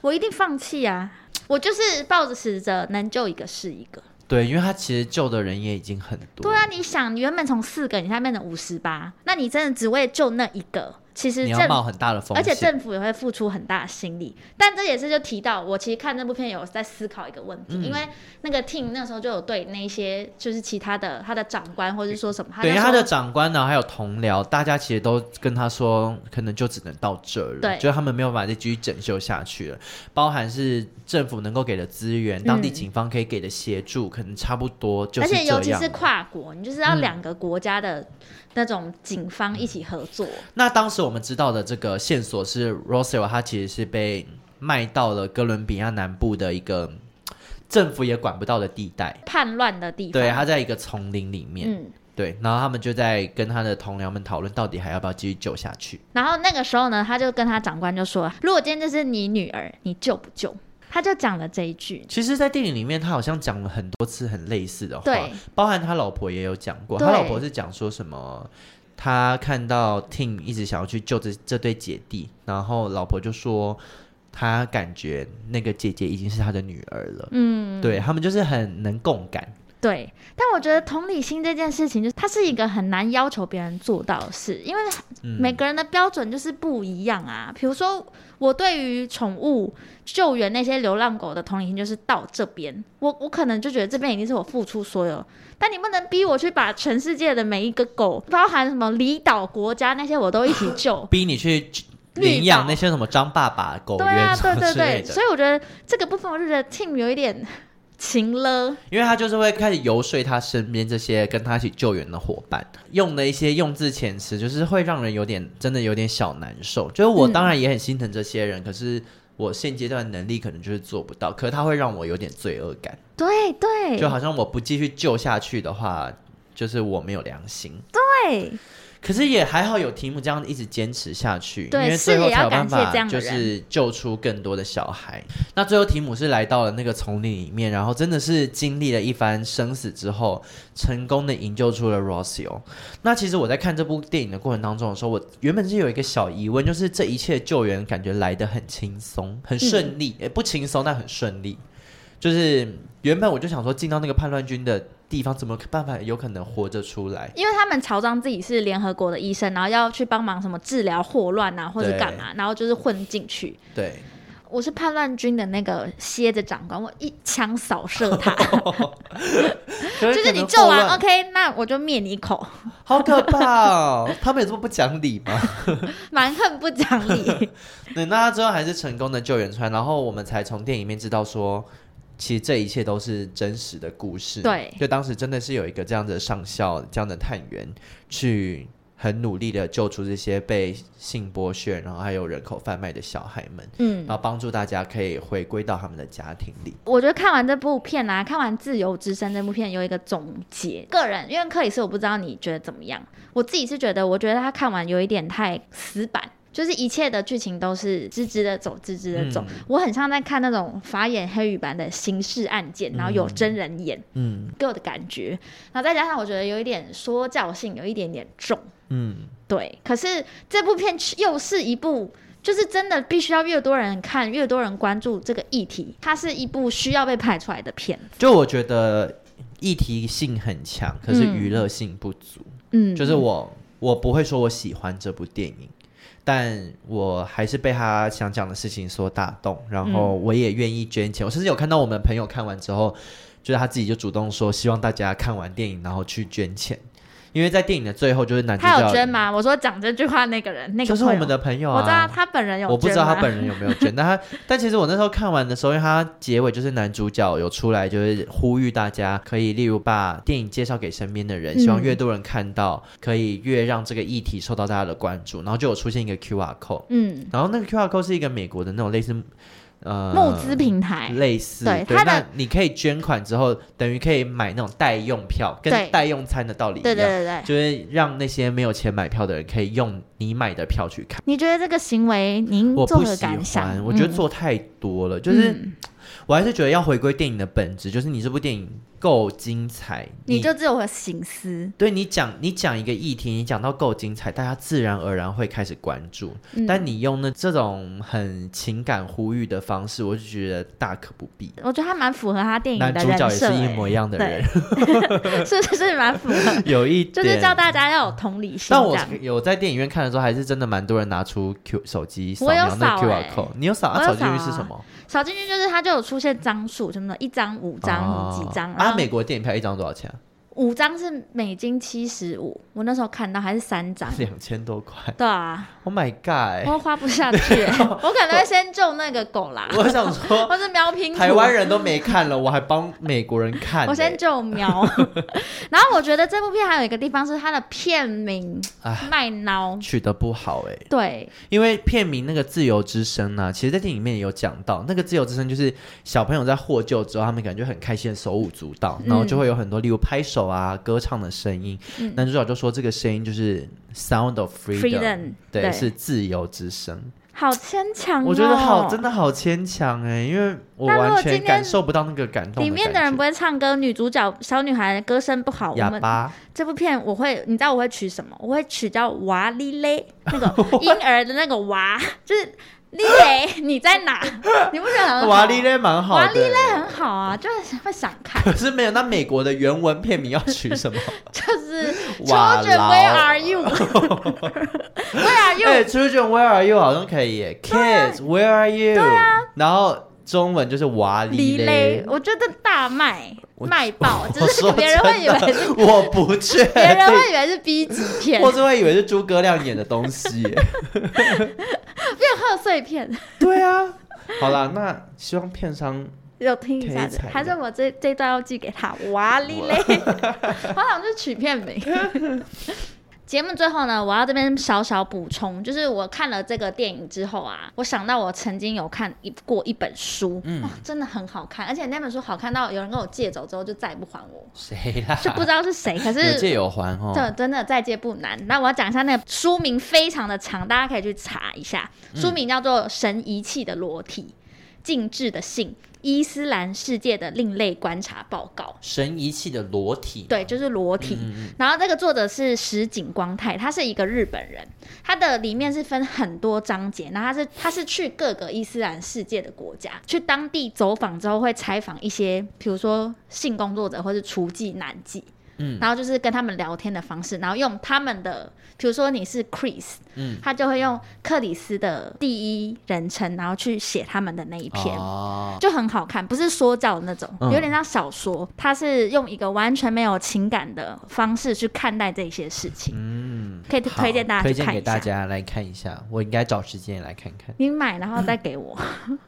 我一定放弃啊！我就是抱着死着能救一个是一个。对，因为他其实救的人也已经很多。对啊，你想，你原本从四个，你现在变成五十八，那你真的只为救那一个，其实你政要冒很大的风而险，且政府也会付出很大的心力，但这也是就提到我其实看这部片有在思考一个问嗯题，因为那个 team 那时候就有对那些就是其他的他的长官或者是说什么，对，因为就他说的长官呢，还有同僚，大家其实都跟他说，可能就只能到这儿了，对就是他们没有办法再继续整修下去了。包含是政府能够给的资源，当地嗯警方可以给的协助，可能差不多就而是且尤这其样是。跨国，你就是要两个国家的那种警方一起合作。那当时我们知道的这个线索是 r o s e l 他其实是被卖到了哥伦比亚南部的一个嗯政府也管不到的地带。叛乱的地方，对，他啊在一个丛林里面，嗯，对，然后他们就在跟他的同僚们讨论，到底还要不要继续救下去。然后那个时候呢，他就跟他长官就说：“如果今天这是你女儿，你救不救？”他就讲了这一句，其实，在电影里面，他好像讲了很多次很类似的话对，包含他老婆也有讲过。对他老婆是讲说什么？他看到 Tim 一直想要去救这这对姐弟，然后老婆就说，他感觉那个姐姐已经是他的女儿了。嗯，对他们就是很能共感，对。但我觉得同理心这件事情，就是它是一个很难要求别人做到的事，因为嗯。每个人的标准就是不一样啊。比如说，我对于宠物救援那些流浪狗的同理心就是到这边，我我可能就觉得这边已经是我付出所有，但你不能逼我去把全世界的每一个狗，包含什么离岛国家那些，我都一起救 逼你去哦绿领养岛那些什么张爸爸、狗对园啊，什对么对哦之类对，的。所以我觉得这个部分我就觉得 Tim 有一点情了，因为他就是会开始游说他身边这些跟他一起救援的伙伴，用的一些用字遣词，就是会让人有点真的有点小难受。就是我嗯当然也很心疼这些人，可是我现阶段能力可能就是做不到，可是他会让我有点罪恶感，对对就好像我不继续救下去的话，就是我没有良心。对，可是也还好有题目这样一直坚持下去，因对为最是后也才要有办感谢法这样就的人是救出更多的小孩。那最后提姆是来到了那个丛林里面，然后真的是经历了一番生死之后，成功的营救出了 Rossio。那其实我在看这部电影的过程当中的时候，我原本是有一个小疑问，就是这一切救援感觉来得很轻松，很顺利，嗯也、不轻松但很顺利。就是原本我就想说，进到那个叛乱军的地方，怎么办法有可能活着出来？因为他们乔装自己是联合国的医生，然后要去帮忙什么治疗霍乱啊，或者干嘛，然后就是混进去。对。我是叛乱军的那个蝎子长官，我一枪扫射他，就就是你救完哦 OK，那我就灭你一口， 好可怕哦！他们有这么不讲理吗？蛮横不讲理。对， 那他最后还是成功的救援出来，然后我们才从电影里面知道说，其实这一切都是真实的故事。对就当时真的是有一个这样的上校、这样的探员，去很努力的救出这些被性剥削，然后还有人口贩卖的小孩们，嗯然，后帮助大家可以回归到他们的家庭里。我觉得看完这部片啊，看完《自由之声》这部片有一个总结。个人，因为克里斯，我不知道你觉得怎么样，我自己是觉得，我觉得他看完有一点太死板。就是一切的剧情都是直直的走，直直的走。嗯我很像在看那种法眼黑语版的刑事案件，然后有真人演，嗯给我的感觉。然后再加上我觉得有一点说教性，有一点点重。嗯，对，可是这部片又是一部，就是真的必须要越多人看，越多人关注这个议题，它是一部需要被拍出来的片。就我觉得议题性很强，可是嗯娱乐性不足。嗯，就是我我不会说我喜欢这部电影，但我还是被他想讲的事情所打动，然后嗯我也愿意捐钱。我甚至有看到我们朋友看完之后，就是他自己就主动说希望大家看完电影然后去捐钱，因为在电影的最后就是男主他有角，捐吗？我说讲这句话那个人，那个就是朋我友们的朋友啊，我知道他本人有捐吗，我不知道他本人有没有捐，但他但其实我那时候看完的时候，因为他结尾就是男主角有出来，就是呼吁大家可以，例如把电影介绍给身边的人，嗯希望越多人看到，可以越让这个议题受到大家的关注。然后就有出现一个 QR code，嗯然后那个 QR code 是一个美国的那种类似呃募资平台，类似，对对，它的那你可以捐款之后，等于可以买那种代用票，对跟代用餐的道理一对对样。对对。就是让那些没有钱买票的人可以用你买的票去看。你觉得这个行为您我嗯作不何喜感想？欢，我觉得嗯做太多了，就是嗯我还是觉得要回归电影的本质，就是你这部电影够精彩，你就只有醒思，对你讲你讲一个议题，你讲到够精彩，大家自然而然会开始关注。嗯但你用那这种很情感呼吁的方式，我就觉得大可不必。我觉得他蛮符合他电影的男主角人也设、是欸，一模一样的人， 是是是蛮符合，有一 就点。是叫大家要有同理心但这我样。有在电影院看的时候，还是真的蛮多人拿出 Q 手机扫我有描那扫 QR 欸 code。你有扫？我啊，扫有进去扫是啊什么？小进去就是它就有出现张数，什么的一张、五张、哦几张，然啊，后美国电影票一张多少钱啊？，五张是美金七十五，我那时候看到还是三张 两千多块对啊， ，Oh my god！我花不下去欸、我可能会先救那个狗啦， 我想说，或是喵拼图台湾人都没看了，我还帮美国人看欸呢、 我先 救喵。然后我觉得这部片还有一个地方是它的片名唉卖孬，取得不好哎、对，因为片名那个“自由之声”呢，其实，在电影里面也有讲到，那个“自由之声”就是小朋友在获救之后，他们感觉很开心，手舞足蹈，然后就会有很多例如拍手啊、歌唱的声音。嗯男主角就说这个声音就是 “sound of freedom”，, Freedom，对，对是自由之声。好牵强、哦。我觉得好，真。的好牵强哎，因为我那如果完今全天感受不到那个感动里面的人不感会唱歌，女主角小女孩歌声不好。觉我哑们巴。这部片我会，你知道我会取什么？我会取叫娃哩嘞， 那个婴儿的那个娃，就是 哩嘞，你在哪？你不觉得很好？瓦力嘞蛮好的，娃哩嗯嘞很好啊，就是会想 看，可是没有，那美国的原文片名要取什 么？就是哇 Children 劳 Where Are You？Where Are 哎 You？ ，Children Where Are You 好像可以耶，Kids 啊 Where Are You？对啊，然后中文就是瓦哩力嘞嘞，。我觉得大卖我卖爆，只我是说别人会以为是真的， 我不确定，别人会以为是 B 级片，我只会以为是诸葛亮演的东西 耶。变贺岁片。对啊，好啦，那希望片商有听一下可以子，采还是样我这这段要寄给他？哇哩嘞， 我想去取片名。 节目最后呢，我要这边小小补充，就是我看了这个电影之后啊，我想到我曾经有看一过一本书，嗯哇，真的很好看，而且那本书好看到有人跟我借走之后就再也不还 我，谁啦？就不知道是谁，有可是借有还哦。这真的再借不难。那我要讲一下那个书名非常的长，大家可以去查一下，书名叫做《神遗弃的裸体：静置的性——伊斯兰世界的另类观察报告》。神遗弃的裸体，嗯对，就是裸体。然后这个作者是石井光太，他是一个日本人，他的里面是分很多章节，然后他是他是去各个伊斯兰世界的国家，去当地走访之后会采访一些，比如说性工作者或是厨妓、男妓。嗯然后就是跟他们聊天的方式，然后用他们的，比如说你是 Chris，嗯他就会用克里斯的第一人称，然后去写他们的那一篇。哦，就很好看，不是说教的那种，嗯有点像小说。它是用一个完全没有情感的方式去看待这些事情，嗯，可以推荐好大家推去荐看给一大下。家来看一下，我应该找时间也来看看。 你买然后再给我，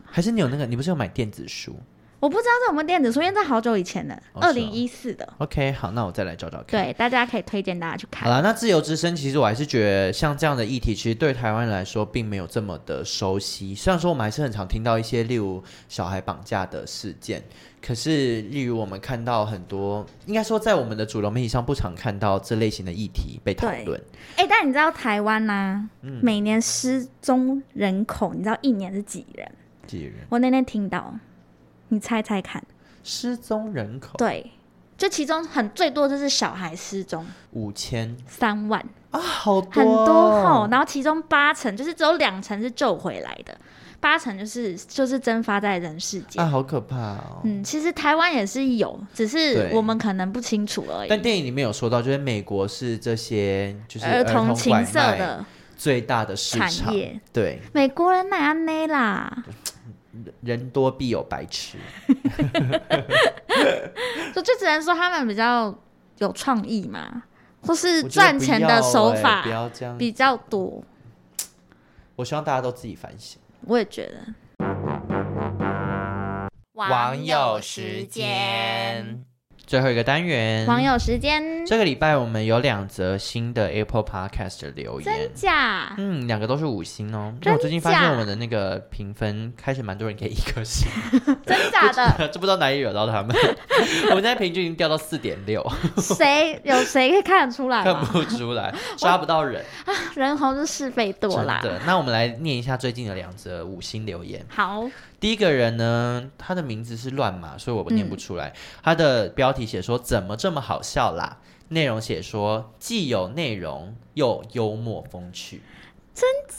还是你有那个？你不是有买电子书？我不知道这有没有电子书，因为这好久以前了，哦二是哦零一四的。 OK，好，那我再来找找看。对，大家可以推荐大家去好看。啦，那自由之声，其实我还是觉得像这样的议题，其实对台湾人来说并没有这么的熟悉。虽然说我们还是很常听到一些例如小孩绑架的事件，可是例如我们看到很多，应该说在我们的主流媒体上不常看到这类型的议题被讨论。哎、但你知道台湾呐、每年失踪人口，你知道一年是几人？几人我那天听到，你猜猜看。失踪人口对，就其中很最多就是小孩失踪五千三万，啊，好多很多吼、哦然后其中八成就是只有两成是救回来的，八成就是就是蒸发在人世间。啊，好可怕哦。嗯，其实台湾也是有，只是对我们可能不清楚而但已。电影里面有说到，就是美国是这些就是儿童情拐色卖的最大的市产场，业，对，美国人哪安内啦？ 人多必有白痴。就就只能说他们比较有创意嘛，或是我觉得赚不钱要的手欸法不要这样。比较多。我希望大家都自己反省。我也觉得。网友时间。最后一个单元，网嗯友时间，这个礼拜我们有两则新的 Apple Podcast 的留言真。假？嗯，两个都是五星哦。因为我最近发假现我们的那个评分开始蛮多人给一颗星，真 假的？这不知道哪里惹到他们。我们现在平均已经掉到四点六，谁有谁可以看得出来看吗？不出来，刷不到人。人红是是非多真啦。的，那我们来念一下最近的两则五星留言。好，第一个人呢，他的名字是乱码，所以嗯我念不出来。他的标题写说怎么这么好笑啦，内容写说既有内容又幽默风趣。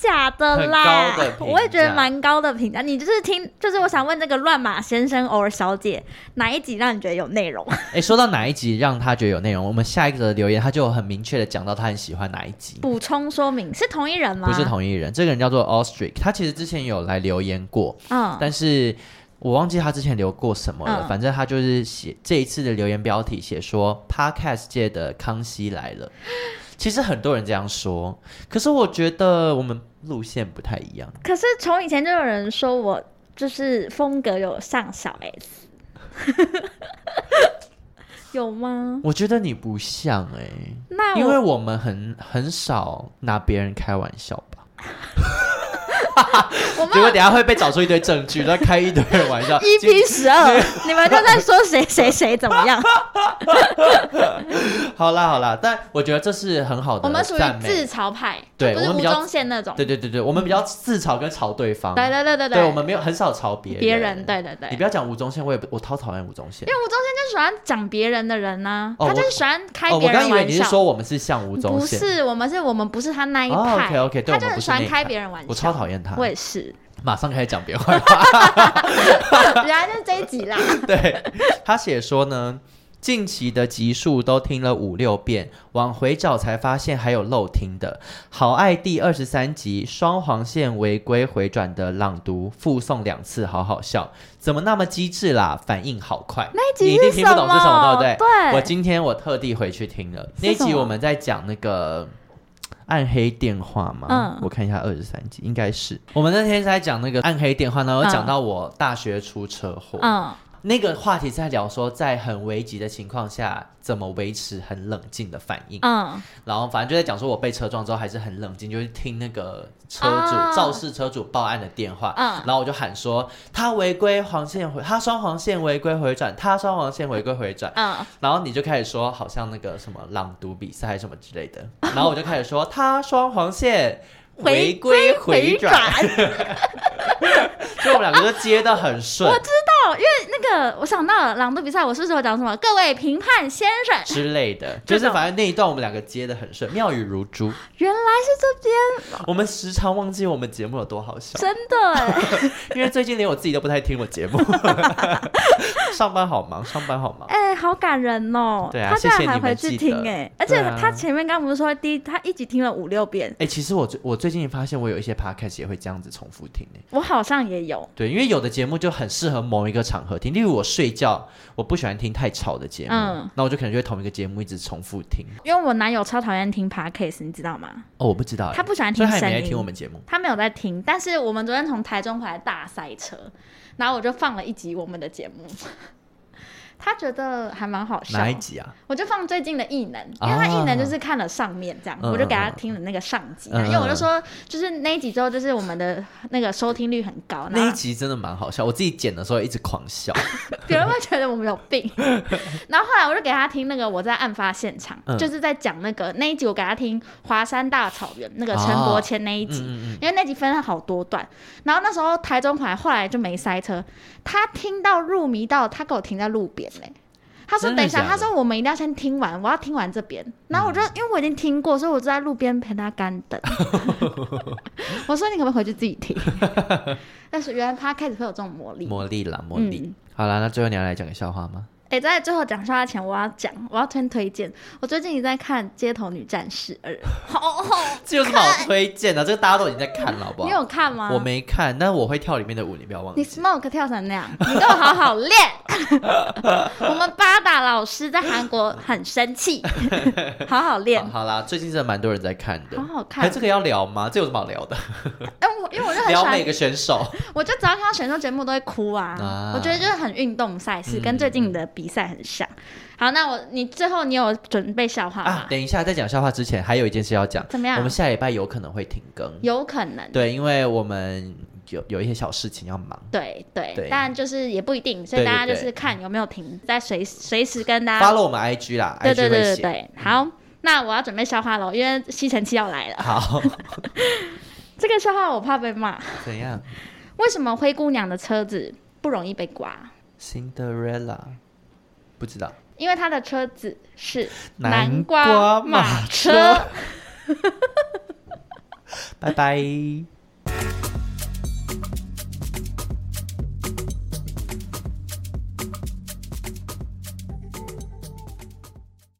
假的很啦高的，评价我也觉得蛮高的评价。你就是听，就是我想问这个乱码先生偶尔小姐哪一集让你觉得有 内容？诶，说到哪一集让他觉得有内容，我们下一个的留言他就有很明确的讲到他很喜欢哪一集。补充说明是同一人吗？不是，同一人，这个人叫做 Ostrich，他其实之前有来留言过，嗯，但是我忘记他之前留过什么了。嗯反正他就是写这一次的留言标题写说 “Podcast 界的康熙来了”，其实很多人这样说，可是我觉得我们路线不太一样。可是从以前就有人说我就是风格有上小 S，有吗？我觉得你不像哎、那因为我我们很很少拿别人开玩笑吧。 我结们果等一下会被找出一堆证据，然后开一堆人 玩笑。今 EP 十二，你们就在说谁谁谁怎么样？好啦好啦，但我觉得这是很好的我们属于赞自美。嘲派，对就不我是们吴比较宗宪那种。对对对对，我们比较自嘲跟嘲对方。对对对对对我们没有很少嘲别别人，对对对，你因不要讲吴宗宪，我也不我超讨厌吴宗宪。为吴宗宪就喜欢讲别人的人呐、哦他就我是喜欢开哦，我别刚人以为玩你是笑。说我们是像吴宗不宪，是，我们是我们不是他那一派。哦，OK，OK，对他我就们很不是喜欢那一开派别人玩笑。我超讨厌他。我 也是，马上开始讲别人坏 话。原来就是这一集啦。对他写说呢，近期的集数都听了五六遍，往回找才发现还有漏听的。好爱第二十三集双黄线违规回转的朗读附送两次，好好笑，怎么那么机智啦？反应好快，那一你集一定是听不懂是什么，对不对？对，我今天我特地回去听了那一什集，么我们在讲那个嘖暗黑电话嘛。嗯我看一下二十三集，应该是我们那天是在讲那个暗黑电话，然后嗯讲到我大学出车祸，嗯，那个话题是在聊说在很危急的情况下怎么维持很冷静的反应，嗯，然后反正就在讲说我被车撞之后还是很冷静，就是听那个车主、啊肇事车主报案的电话，嗯然后我就喊说他违规黄线回，他双黄线违规回转，他双黄线违规回转。 嗯，然后你就开始说，好像那个什么朗读比赛什么之类的。然后我就开始说，他双黄线回归 回转，所以我们两个就接的很顺哦，因为那个我想到了朗读比赛，我是不是有讲什么？各位评判先生，之类的，这就种是反正那一段我们两个接的很顺，妙语如珠。原来是这边，我们时常忘记我们节目有多好笑，真的哎，因为最近连我自己都不太听我节目， 上班好忙，上班好忙。哎，好感人哦。对啊他居然谢谢还你们回记得去听哎，而且对啊他前面刚不是说第一，他一集听了五六遍，哎、其实我最我最近发现，我有一些 podcast 也会这样子重复听、欸我好像也有。对，因为有的节目就很适合某一个个场合听。例如我睡觉，我不喜欢听太吵的节目，嗯那我就可能就会同一个节目一直重复听。因为我男友超讨厌听 podcast，你知道吗？哦，我不知道欸，他不喜欢所听以他也声没来音，听我们节目。他没有在听。但是我们昨天从台中回来大塞车，然后我就放了一集我们的节目， 他觉得还蛮好笑哪一。集啊？我就放最近的异能，因啊为他异能就是看了上面这样，嗯我就给他听了那个上集，嗯因为我就说就是那一集之后，就是我们的那个收听率很高，然那一后集真的蛮好笑，我自己剪的时候一直狂笑。别人会觉得我们有病。 然后后来我就给他听那个我在案发现场，嗯就是在讲那个那一集，我给他听华山大草原那个陈伯谦那一嗯集，嗯嗯，因为那集分了好多段，然后那时候台中回来，后来就没塞车。他听到入迷到，他给我停在路边嘞。他说：“真的等一下，假的嗯他说我们一定要先听完，我要听完这边。”然后我就、因为我已经听过，所以我就在路边陪他干 等。我说：“你可不可以回去自己听？”但是原来他开始会有这种魔力。魔力啦，魔力。嗯好啦，那最后你要来讲个笑话吗？哎、在最后讲笑话前，我要讲，我要先推荐。我最近一直在看《街头女战士二》，好， 这有什么 好推荐的、这个大家都已经在看了，好不好？你有看吗？我没看，但我会跳里面的舞，你不要忘你记。 smoke 跳成那样，你给我好好 练。我们八达老师在韩国很 生气，好好练好。好啦，最近真的蛮多人在看的，好好看哦还有这个要聊吗？这有什么好聊的？哎、我因为我就很喜聊每欢，个选手。我就只要看到选秀节目都会哭啊。啊我觉得就是很运动赛事，嗯跟最近的比赛很像。好，那我你最后你有准备笑话吗？啊，等一下，在讲笑话之前，还有一件事要讲。怎么样我们下礼拜有可能会停更，有可能。对，因为我们有有一些小事情要忙。对对对但就是也不一定，所以对对大家就对是看有没有停，再随随时跟大家。 follow 我们 IG 啦啊对，IG 对会对对写。对，好，那我要准备消化喽，因为吸尘器要来了。好， 这个笑话我怕被骂。怎样为什么灰姑娘的车子不容易被刮？ ？Cinderella，不知道。因为她的车子是南瓜瓜马马车。拜拜。